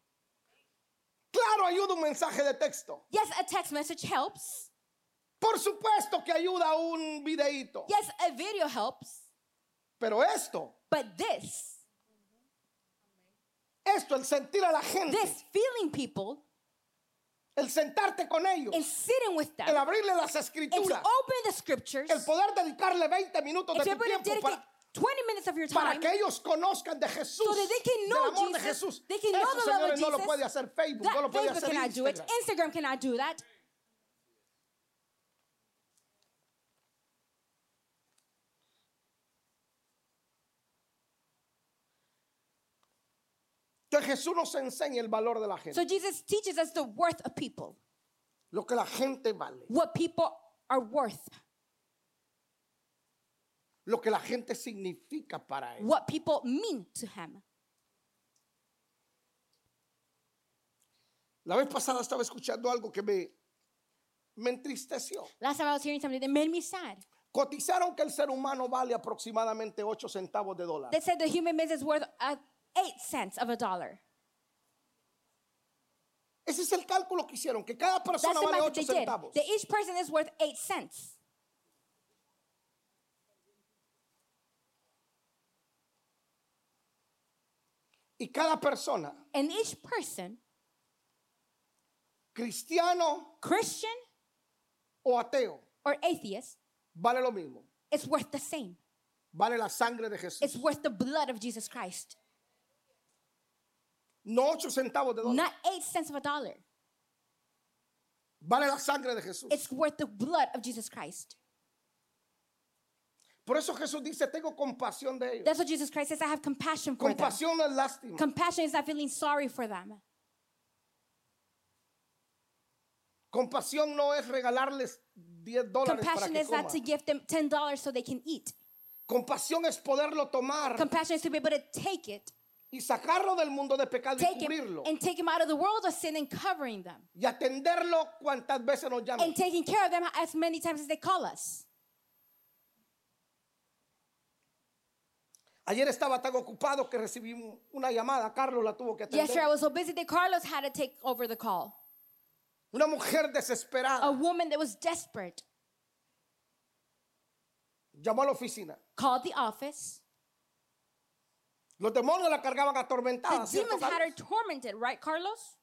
Claro, ayuda un mensaje de texto.
Yes, a text message helps.
Por supuesto que ayuda un videíto.
Yes, a video helps.
Pero esto,
But this,
esto, el sentir a la gente,
this feeling people
el sentarte con ellos,
and sitting with them
el abrirle las
and to
escrituras,
open the scriptures,
el poder dedicarle 20 minutos
if
de
you're
tu
going
tiempo
to dedicate
para,
20 minutes of your
para
time
que ellos conozcan de Jesús,
so that they
del
can know
amor de
Jesus,
Jesús.
they can
Eso,
know the love of
señores, no lo
Jesus.
puede hacer Facebook,
That
no lo puede
Facebook
hacer
cannot do it.
Instagram.
Instagram cannot do that.
Que Jesús nos enseñe el valor de la gente,
So Jesus teaches us the worth of people,
lo que la gente vale,
what people are worth,
lo que la gente significa para él.
what people mean to him.
La vez pasada estaba escuchando algo que me, me entristeció.
Last time I was hearing something that made me sad.
Cotizaron que el ser humano vale aproximadamente 8 centavos de dólar.
They said the human being is worth uh, eight cents of a dollar.
Ese es el cálculo que hicieron, que cada
That's
persona
the
vale
math that
8
they did.
centavos.
That each person is worth eight cents.
Y cada persona,
And each person,
cristiano
Christian
o ateo,
or atheist,
vale lo mismo.
is worth the same.
Vale la sangre de Jesús.
It's worth the blood of Jesus Christ,
No 8 centavos de dólar.
not eight cents of a dollar.
Vale la sangre de Jesús.
It's worth the blood of Jesus Christ.
Por eso Jesús dice, tengo compasión de ellos.
That's what Jesus Christ says. I have compassion for them.
Compasión no es lástima.
Compassion is not feeling sorry for them.
Compasión no es regalarles 10 dólares para
Compassion
que
is not to
coman.
give them $10 so they can eat.
Compasión es poderlo tomar
Compassion is to be able to take it,
y sacarlo del mundo de pecado y
take it,
cubrirlo
and take them out of the world of sin and covering them.
y atenderlo cuantas veces nos llamen.
And taking care of them as many times as they call us.
Ayer estaba tan ocupado que recibí un- una llamada, Carlos la tuvo que atender.
Yesterday I was so busy that Carlos had to take over the call.
Una mujer
A
desesperada
woman that was desperate
llamó a la oficina.
called the office.
Los demonios la cargaban
The
atormentada. ¿cierto,
demons had her
Carlos?
tormented, right, Carlos?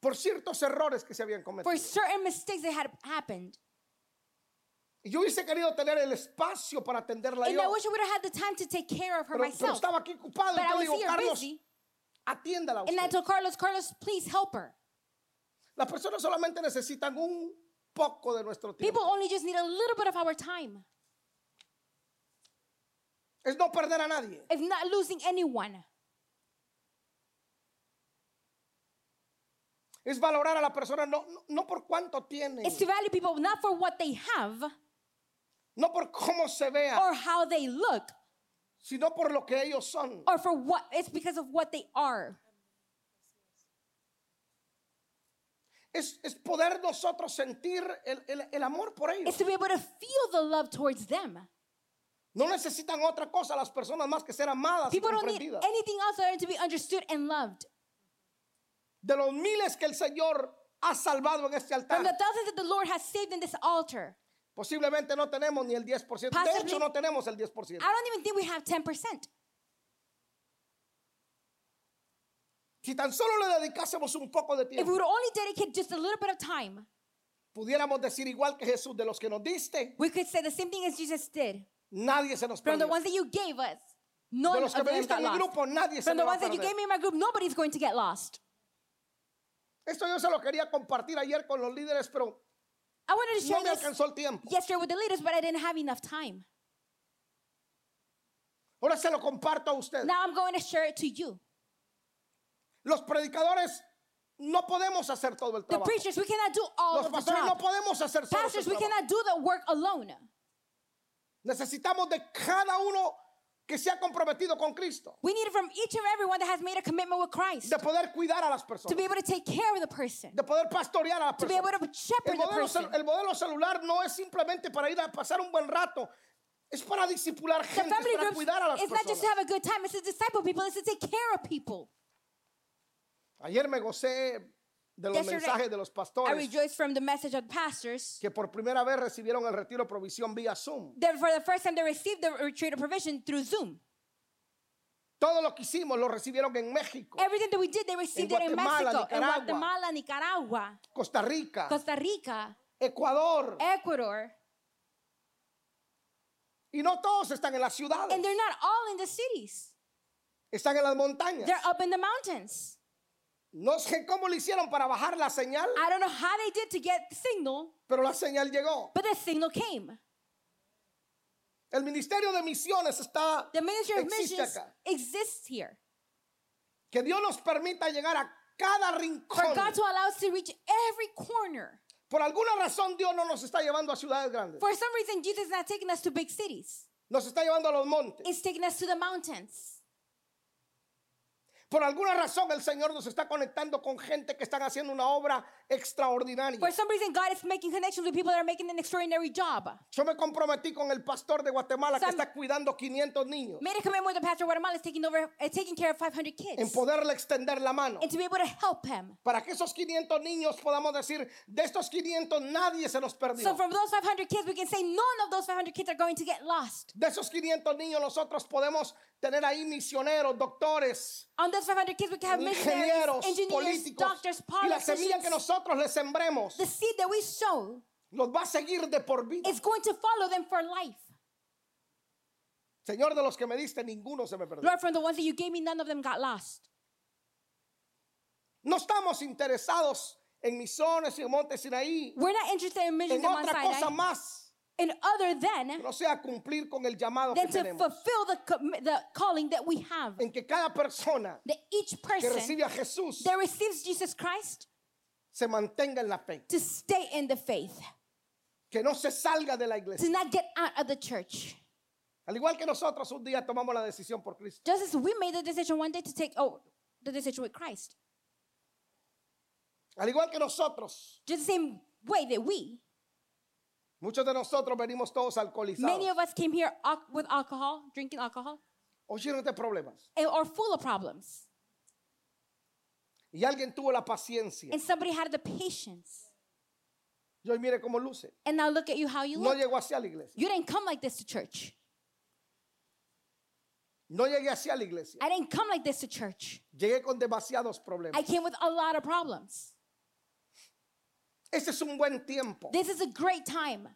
Por ciertos errores que se habían
For
cometido.
certain mistakes that had happened.
Y yo hubiese querido tener el espacio para atenderla
And I
yo,
wish I would have had the time to take care of her
pero, pero
myself.
estaba aquí ocupado.
But I
Entonces
was
digo,
here
Carlos,
busy.
atiéndala
And I
usted.
told Carlos, Carlos, please help her.
Las personas solamente necesitan un poco de nuestro tiempo.
People only just need a little bit of our time.
Es no perder a nadie.
If not losing anyone,
Es valorar a la persona no, no, no por cuánto tiene,
it's to value people not for what they have
no por cómo se vea,
or how they look,
sino por lo que ellos son.
or for what it's because of what they are.
Es, es poder nosotros sentir el, el- el amor por ellos.
It's to be able to feel the love towards them.
No necesitan otra cosa las personas más que ser amadas y
People don't need
comprendidas.
anything else other than to be understood and loved.
De los miles que el Señor ha salvado en este
From the
altar,
thousands that the Lord has saved in this altar,
posiblemente no tenemos ni el 10%. De
Possibly-
hecho, no tenemos el 10%.
I don't even think we have 10%.
Si tan solo le dedicásemos un poco de
If we
tiempo,
would only dedicate just a little bit of time,
pudiéramos decir igual que Jesús, de los que nos diste,
we could say the same thing as Jesus did.
nadie se nos
From the
perdió.
ones that you gave us, none
De
of
los que
them
me diste
got
en mi
lost.
grupo, nadie se
From
me va
the
a
ones that you
perder.
gave me in my group, nobody's going to get lost.
Esto yo se lo quería compartir ayer con los líderes, pero
I wanted to share
no me
this
alcanzó el tiempo.
yesterday with the leaders, but I didn't have enough time.
Ahora se lo comparto a ustedes.
Now I'm going to share it to you.
Los predicadores no podemos hacer todo el
The
trabajo.
preachers, we cannot do all
Los
of the
pastores no
job.
podemos hacer solo
Pastors,
su
we
trabajo.
cannot do the work alone.
Necesitamos de cada uno que se ha comprometido con Cristo,
We need it from each and everyone that has made a commitment with Christ
de poder cuidar a las
to
personas,
be able to take care of the person,
de poder pastorear a las
to be able
personas.
to
El
shepherd the
modelo,
person.
cel- el modelo celular no es simplemente para ir a pasar un buen rato. Es para discipular
The
gente,
family
es para
groups,
cuidar a las
it's not just to
personas.
have a good time, it's to disciple people, it's to take care of people.
Ayer me gocé de los
Yesterday,
mensajes de los
I
pastores
rejoice from the message of pastors
que por primera vez recibieron el retiro provisión vía Zoom.
that for the first time they received the retreat of provision through Zoom.
Todo lo que hicimos lo recibieron en México,
Everything that we did, they received it in
Guatemala,
Mexico, in
Nicaragua.
Guatemala, Nicaragua,
Costa Rica,
Costa Rica, Em,
Ecuador.
Ecuador,
Y no todos están en las ciudades,
and they're not all in the cities.
están en las montañas.
They're up in the mountains.
No sé cómo le hicieron para bajar la señal,
I don't know how they did to get the signal,
pero la señal llegó.
but the signal came.
El Ministerio de Misiones está,
The Ministry of
Existe
Missions
acá.
exists here
que Dios nos permita llegar a cada
for
rincón.
God to allow us to reach every corner.
Por alguna razón Dios no nos está llevando a ciudades grandes,
For some reason, Jesus is not taking us to big cities.
nos está llevando a los montes.
It's taking us to the mountains.
Por alguna razón el Señor nos está conectando con gente que están haciendo una obra extraordinaria.
For some reason, God is making connections with people that are making an extraordinary job.
Yo me comprometí con el pastor de Guatemala que
Sam-
está cuidando 500 niños
Made a commitment with the pastor of Guatemala is taking over, uh, taking care of 500
en
kids,
poderle extender la mano.
and to be able to help him.
Para que esos 500 niños podamos decir, de estos 500 nadie se los
So
perdió.
from those 500 kids, we can say none of those 500 kids are going to get lost.
De esos 500 niños nosotros podemos tener ahí misioneros, doctores,
On those 500 kids, we can have missionaries,
ingenieros,
engineers,
políticos.
doctors,
Y la semilla
politicians.
que nosotros les sembremos
The seed that we sow
los va a seguir de por vida.
is going to follow them for life.
Señor, de los que me diste, ninguno se me perdió.
Lord, from the ones that you gave me, none of them got lost.
No estamos interesados en misiones y en Monte Sinaí,
We're not interested in missions
en
on Mount
otra
Sinai,
cosa más
and other than
que no sea cumplir con el llamado que
than to
tenemos.
fulfill the, com- the calling that we have.
En que cada persona
That each
que
person
recibe a Jesús
that receives Jesus Christ
se mantenga en la fe,
to stay in the faith,
que no se salga de la
to
iglesia.
not get out of the church.
Al igual que nosotros un día tomamos la decisión por Cristo.
Just as we made the decision one day to take oh the decision with Christ.
Al igual que nosotros,
Just the same way that we,
muchos de nosotros venimos todos
many
alcoholizados
of us came here al- with alcohol, drinking alcohol,
o llenos de problemas.
and are full of problems.
Y alguien tuvo la paciencia.
And somebody had the patience.
Y hoy mire cómo luce.
And now look at you how you
No
look.
llegó hacia la iglesia.
You didn't come like this to church.
No llegué hacia la iglesia.
I didn't come like this to church.
Llegué con demasiados
I
problemas.
came with a lot of problems.
Este es un buen tiempo.
This is a great time.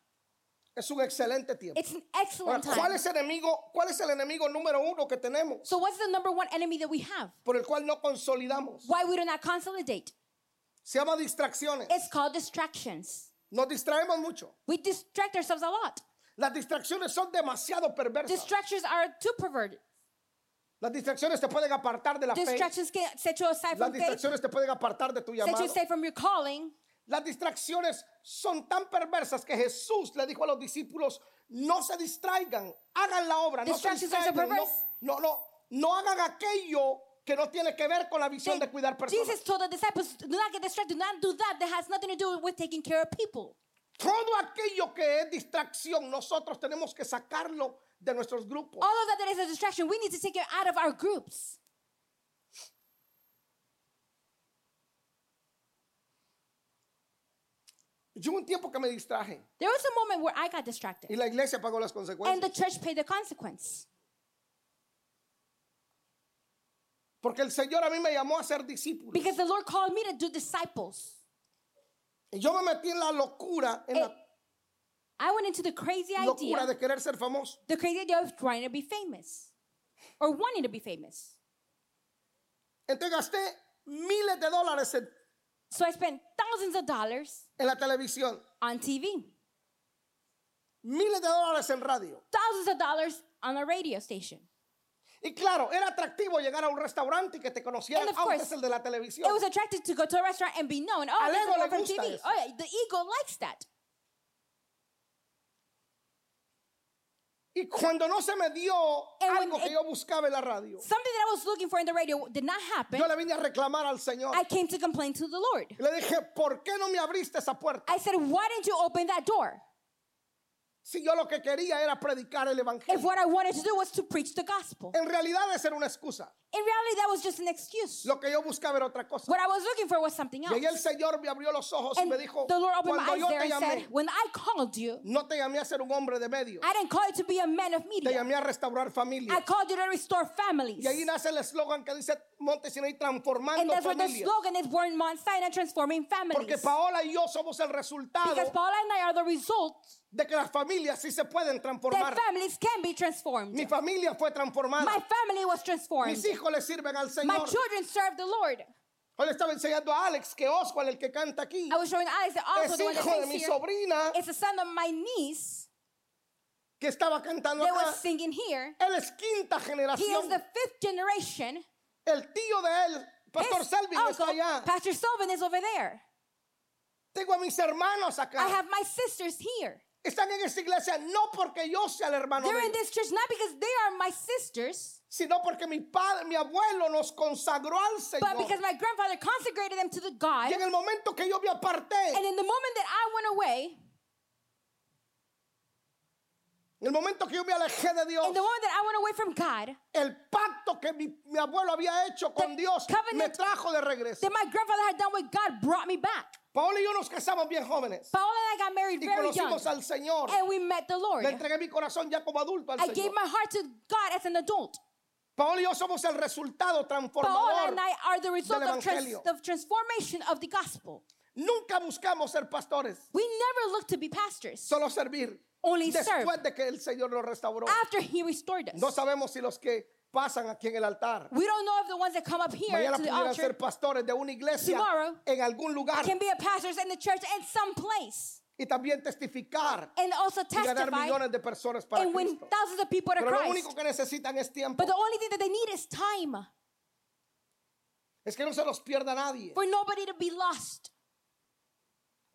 Es un excelente tiempo.
It's an
Ahora,
excellent
¿cuál
time.
es el enemigo? ¿Cuál es el enemigo número uno que tenemos
So what's the number one enemy that we have?
por el cual no consolidamos?
Why we do not consolidate?
Se llama distracciones.
It's called distractions.
Nos distraemos mucho.
We distract ourselves a lot.
Las distracciones son demasiado perversas.
Distractions are too perverted.
Las distracciones te pueden apartar de la fe.
Distractions can set you aside
Las
from faith,
distracciones te pueden apartar de tu
set
llamado.
you aside from your calling.
Las distracciones son tan perversas que Jesús le dijo a los discípulos, no se distraigan, hagan la obra, no se
Distractions are so
distraigan, no,
perverse.
no, no, no hagan aquello que no tiene que ver con la visión de
They-
cuidar personas.
Jesus told the disciples, do not get distracted, do not do that. That has nothing to do with taking care of people.
Todo aquello que es distracción, nosotros tenemos que sacarlo de nuestros grupos.
All of that that is a distraction, we need to take it out of our groups.
Yo hubo un tiempo que me distraje
There was a moment where I got
y
distracted,
la iglesia pagó las
and
consecuencias.
the church paid the consequence.
Porque el Señor a mí me llamó a ser discípulo.
Because the Lord called me to do disciples.
Y yo me metí en la locura, en
It-
la
I went into the crazy
locura
idea,
de querer ser famoso.
the crazy idea of trying to be famous or wanting to be famous.
Entonces gasté miles de dólares en,
So I spent thousands of dollars
en la televisión,
on TV,
miles de dólares en radio.
thousands of dollars on a radio station.
Y claro, era atractivo llegar a un restaurante y que te conocieran,
And of
aunque
course,
es el de la
It
televisión.
was attractive to go to a restaurant and be known. Oh,
Al
this
ego
is
le
one from
gusta
TV.
eso.
Oh, yeah, the ego likes that.
Y cuando no se me dio
And when
algo que
it-
yo buscaba en la radio,
Something that I was looking for in the radio did not happen.
yo le vine a reclamar al Señor.
I came to complain to the Lord.
Y le dije, ¿por qué no me abriste esa puerta?
I said, Why didn't you open that door?
si yo lo que quería era predicar el
if
evangelio.
what I wanted to do was to preach the gospel.
En realidad esa era una excusa.
In reality, that was just an excuse.
Lo que yo buscaba era otra cosa.
What I was looking for was something
Y
else.
ahí el Señor me abrió los ojos y
And
me dijo,
the Lord opened my
cuando
eyes
yo
there
te
and said,
llamé,
When I called you,
no te llamé a ser un hombre de medio,
I didn't call you to be a man of
te
media.
llamé a restaurar
I
familias.
called you to restore families.
Y ahí nace el eslogan que dice Monte Sinaí
And
transformando
that's where the
familias.
slogan is born in Mount Sinai transforming
Porque
families.
Paola y yo somos el resultado
Because Paula and I are the result
de que las familias sí se pueden
that
transformar.
families can be transformed.
Mi familia fue
My
transformada.
family was transformed.
Mis hijos le sirven al
My
Señor.
children serve the Lord.
Hoy le estaba enseñando a Alex que Oswald, el que canta aquí,
I was showing Alex that also
es
the one that
hijo de
sings
mi
here
sobrina
is the son of my niece
que estaba cantando
that was
acá.
singing here.
Él es quinta
He is
generación.
the fifth generation.
El tío de él, Pastor
His
Selvin,
uncle,
está allá.
Pastor Selvin is over there.
Tengo a mis hermanos
I
acá.
have my sisters here.
Están en esta iglesia no porque yo sea el hermano
They're
de
in
ellos,
this church not because they are my sisters,
sino porque mi padre, mi abuelo nos consagró al
but because
Señor.
my grandfather consecrated them to the God.
Y en el momento que yo me
And
aparté,
in the moment that I went away,
en el momento que yo me alejé de Dios,
in the moment that I went away from God,
el pacto que mi, mi abuelo había hecho con
The
Dios me
covenant-
trajo de regreso.
that my grandfather had done with God brought me back.
Paola y yo nos casamos bien jóvenes
Paola and I got married
y
very young,
conocimos al Señor.
and we met the Lord.
Le entregué mi corazón ya como adulto al
I gave
Señor.
my heart to God as an adult.
Paola y yo somos el resultado
Paola
transformador.
and I are the result of, trans-
evangelio.
of transformation of the gospel.
Nunca buscamos ser pastores,
We never look to be pastors,
solo servir.
only serve
Después de que el Señor nos restauró,
after He restored us.
no sabemos si los que pasan aquí en el altar
We don't know if the ones that come up here
mañana
to the
pudieran
altar
ser pastores de una iglesia
Tomorrow,
en algún lugar
can be a pastors in the church in some place
y también testificar
and also
y ganar
testify
millones de personas para
and win
Cristo.
thousands of people to
Pero lo
Christ.
único que necesitan es tiempo.
But the only thing that they need is time
Es que no se los pierda nadie
for nobody to be lost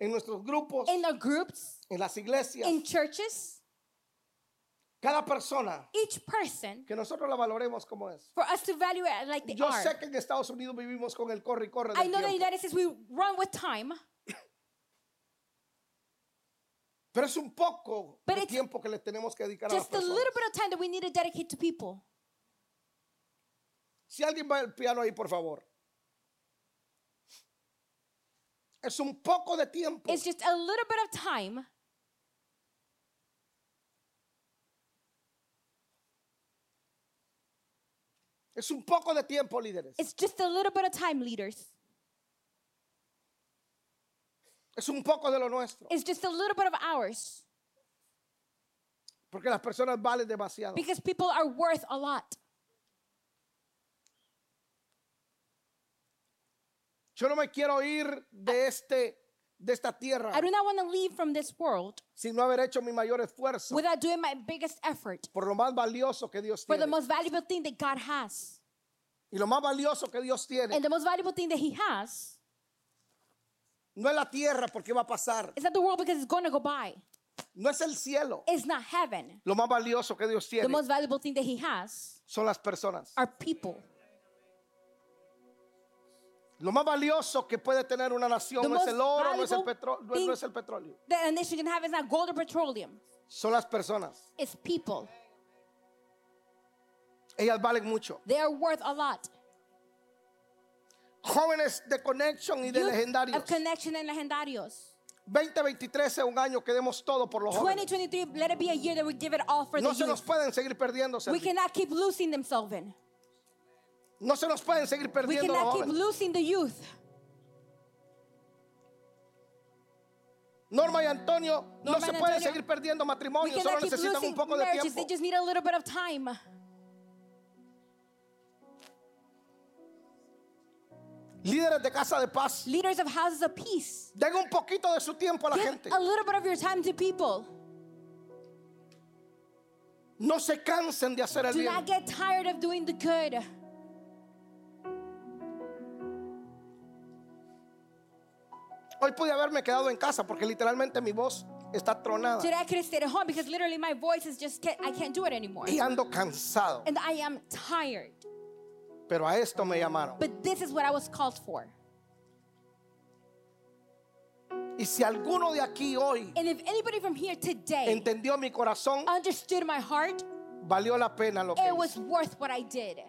en nuestros grupos,
in the groups,
en las iglesias.
in churches.
Cada persona
Each person
que nosotros la valoremos como es.
for us to value it like they
Yo
are.
sé que en Estados Unidos vivimos con el corre y corre
I
del
know that in the
tiempo,
United States we run with time,
pero es un poco
But
de
it's
tiempo que le tenemos que dedicar a las
just a little
personas.
bit of time that we need to dedicate to people.
Si alguien va al piano ahí, por favor. Es un poco de tiempo
It's just a little bit of time
Es un poco de tiempo, líderes.
It's just a little bit of time, leaders.
Es un poco de lo nuestro.
It's just a little bit of hours
Porque las personas valen demasiado.
because people are worth a lot.
Yo no me quiero ir de este de esta tierra
I do not want to leave from this world
sin no haber hecho mi mayor esfuerzo
without doing my biggest effort
por lo más valioso que Dios
for the
tiene.
most valuable thing that God has.
Y lo más valioso que Dios tiene
And the most valuable thing that He has
no es la tierra porque va a pasar,
is not the world because it's going to go by.
no es el cielo.
It's not heaven.
Lo más valioso que Dios
The
tiene
most valuable thing that He has
son las personas.
are people.
Lo más valioso que puede tener una nación
The
no es
most
el oro, no es el,
valuable
petro- no, es-
thing-
no es el petróleo,
That a nation can have is not gold or petroleum.
son las personas.
It's people.
Ellas valen mucho.
They are worth a lot.
Jóvenes de Connection y de
Youth
Legendarios.
of connection and legendarios.
2023 es un año que demos todo por los jóvenes.
2023, let it be a year that we give it all for
Oh, No
the
se nos
youth.
pueden seguir perdiendo. Sergio.
We cannot keep losing themselves in.
No se nos pueden seguir
We
perdiendo los
cannot keep
jóvenes.
losing the youth.
Norma y Antonio no
Norma
se
y
pueden
Antonio.
seguir perdiendo
We
matrimonio. Solo
cannot keep
necesitan un
losing
poco de
marriages. They
tiempo.
just need a little bit of time.
Líderes de casa de paz.
Leaders of houses of peace,
Den un poquito de su tiempo a la
give
gente.
a little bit of your time to people.
No se cansen de hacer el
Do not
bien.
get tired of doing the good.
Hoy pude haberme quedado en casa porque literalmente mi voz está tronada
Today I could have stayed at home because literally my voice is just can't, I can't do it anymore,
y ando cansado.
and I am tired.
Pero a esto me llamaron.
But this is what I was called for.
Y si alguno de aquí hoy
And if anybody from here today
entendió mi corazón,
understood my heart,
valió la pena lo que
it
hizo.
was worth what I did.